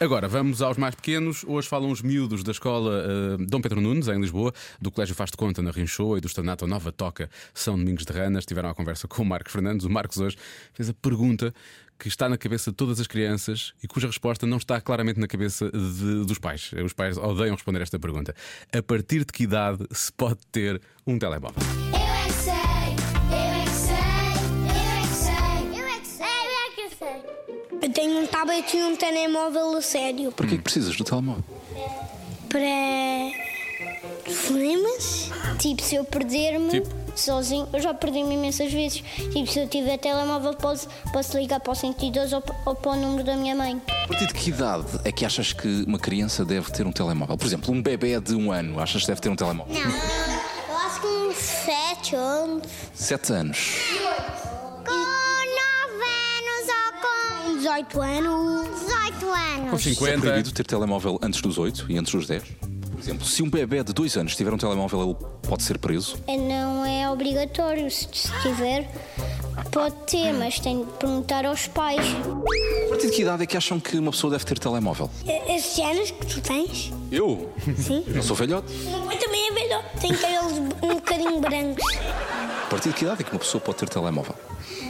Agora, vamos aos mais pequenos. Hoje falam os miúdos da escola eh, Dom Pedro Nunes, em Lisboa, do Colégio Faz de Conta, na Rinchoa, e do Estanato Nova Toca, São Domingos de Ranas. Tiveram a conversa com o Marcos Fernandes. O Marcos hoje fez a pergunta que está na cabeça de todas as crianças e cuja resposta não está claramente na cabeça de- dos pais. Os pais odeiam responder esta pergunta. A partir de que idade se pode ter um telemóvel? Eu é que sei, eu é que sei, eu é que sei, eu é que sei, eu é que sei, eu é que sei. Eu tenho um tablet e um telemóvel a sério. Para que é que precisas do telemóvel? Para. Telefonemas? Tipo, se eu perder-me Tipo? sozinho, eu já perdi-me imensas vezes. Tipo, se eu tiver telemóvel, posso, posso ligar para o 112 ou, pa- ou para o número da minha mãe. A partir de que idade é que achas que uma criança deve ter um telemóvel? Por exemplo, um bebê de um ano, achas que deve ter um telemóvel? Não, eu acho que uns 7 anos. Sete anos. Com 9 anos ou com 18 anos. 18 anos. Com É 50. proibido ter telemóvel antes dos oito e antes dos dez? Por exemplo, se um bebê de dois anos tiver um telemóvel, ele pode ser preso? Não é obrigatório, se tiver, pode ter, mas tem de perguntar aos pais. A partir de que idade é que acham que uma pessoa deve ter telemóvel? Eh, E- Esses anos que tu tens? Eu? Sim. Eu não sou velhote. Eu também é velho. Tenho cabelos um bocadinho brancos. A partir de que idade é que uma pessoa pode ter telemóvel?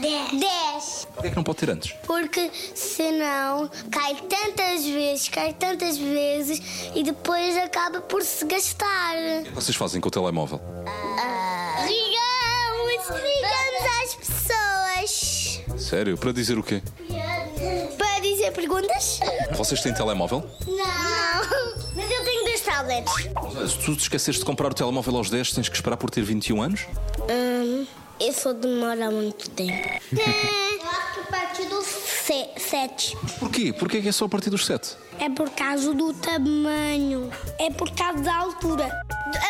10. Por que é que não pode ter antes? Porque senão cai tantas vezes, cai tantas vezes e depois acaba por se gastar. O é que vocês fazem com o telemóvel? Ligamos, ligamos às pessoas. Sério? Para dizer o quê? Para dizer perguntas? Vocês têm telemóvel? Não. Mas eu tenho dois tablets. Se tu te esqueceres de comprar o telemóvel aos 10, tens que esperar por ter 21 anos? Hum, eu sou demora muito tempo. É, Eu acho que a partir do 7. Porquê? Porquê que é só a partir dos 7? É por causa do tamanho. É por causa da altura.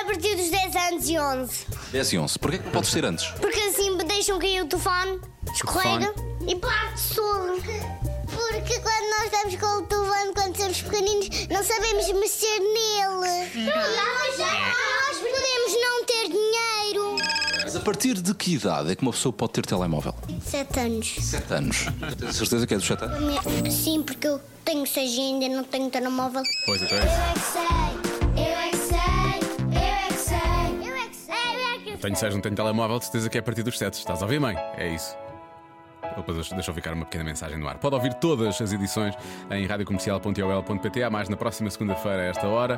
A partir dos 10 anos e 11. 10 e 11. Porquê que não podes ter antes? Porque assim me deixam cair o telefone, escorrega e parte todo. Porque quando nós estamos com o telefone, quando somos pequeninos, não sabemos mexer nele. Nós podemos não ter dinheiro. Mas a partir de que idade é que uma pessoa pode ter telemóvel? Sete anos. 7 anos. Tens certeza que é dos 7 anos? Sim, porque eu tenho seis e ainda não tenho telemóvel. Pois é, Eu é que sei, eu é que sei, eu é que sei, eu é que sei, eu é que Tenho seis, não tenho telemóvel, de certeza que é a partir dos sets. Estás a ouvir, mãe? É isso. Opa, deixa deixa eu ficar uma pequena mensagem no ar. Pode ouvir todas as edições em radiocomercial.ol.pt. Há mais na próxima segunda-feira, a esta hora.